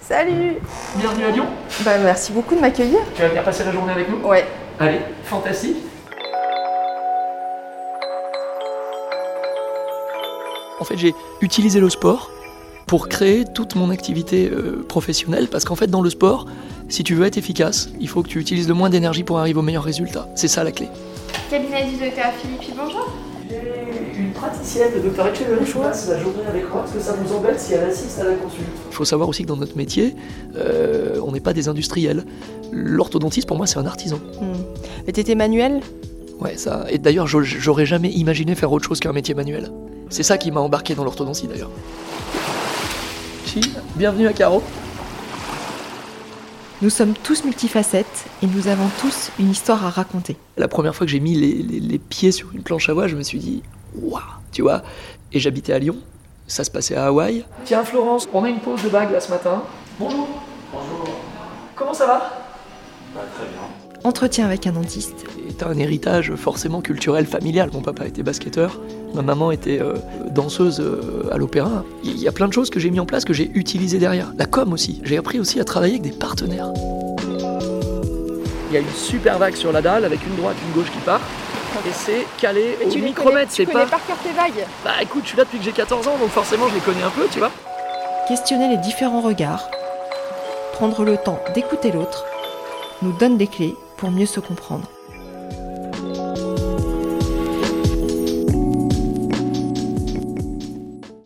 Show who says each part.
Speaker 1: Salut
Speaker 2: Bienvenue à Lyon.
Speaker 1: Bah, Merci beaucoup de m'accueillir.
Speaker 2: Tu vas venir passer la journée avec nous
Speaker 1: Ouais.
Speaker 2: Allez, fantastique. En fait, j'ai utilisé le sport pour créer toute mon activité euh, professionnelle parce qu'en fait, dans le sport, si tu veux être efficace, il faut que tu utilises le moins d'énergie pour arriver au meilleur résultat. C'est ça la clé.
Speaker 3: Cabinet du docteur Philippi, bonjour.
Speaker 2: Une praticienne de Dr. Rachel passe la journée avec moi parce que ça nous embête si elle assiste à la consulte. Il faut savoir aussi que dans notre métier, euh, on n'est pas des industriels. L'orthodontiste, pour moi, c'est un artisan.
Speaker 1: Mais t'étais manuel
Speaker 2: Ouais, ça. Et d'ailleurs, j'au- j'aurais jamais imaginé faire autre chose qu'un métier manuel. C'est ça qui m'a embarqué dans l'orthodontie d'ailleurs. Chine, bienvenue à Caro.
Speaker 4: Nous sommes tous multifacettes et nous avons tous une histoire à raconter.
Speaker 2: La première fois que j'ai mis les, les- les pieds sur une planche à voile, je me suis dit, waouh, tu vois. Et j'habitais à Lyon, ça se passait à Hawaï. Tiens, Florence, on a une pause de bague là ce matin. Bonjour.
Speaker 5: Bonjour.
Speaker 2: Comment ça va
Speaker 5: Bah, très bien.
Speaker 4: Entretien avec un dentiste.
Speaker 2: Et T'as un héritage forcément culturel, familial. Mon papa était basketteur, ma maman était euh, danseuse euh, à l'opéra. Il y a plein de choses que j'ai mis en place, que j'ai utilisées derrière. La com aussi. J'ai appris aussi à travailler avec des partenaires. Il y a une super vague sur la dalle avec une droite, une gauche qui part. Et c'est calé
Speaker 1: Mais
Speaker 2: au
Speaker 1: tu les
Speaker 2: micromètre,
Speaker 1: connais,
Speaker 2: c'est
Speaker 1: tu connais
Speaker 2: pas...
Speaker 1: par cœur tes vagues
Speaker 2: Bah écoute, je suis là depuis que j'ai 14 ans, donc forcément je les connais un peu, tu vois.
Speaker 4: Questionner les différents regards, prendre le temps d'écouter l'autre, nous donne des clés pour mieux se comprendre.